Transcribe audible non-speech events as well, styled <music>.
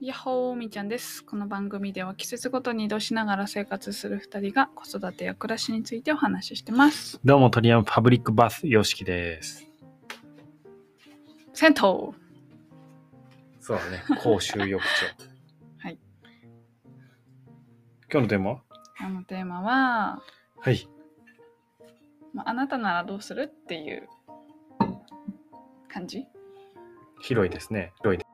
やっほーみーちゃんです。この番組では季節ごとに移動しながら生活する2人が子育てや暮らしについてお話ししてます。どうも、鳥山パブリックバス、よしきです。銭湯そうだね、公衆 <laughs> 浴場。はい。今日のテーマは今日のテーマは、はい。まあ、あなたならどうするっていう感じ広いですね。広いで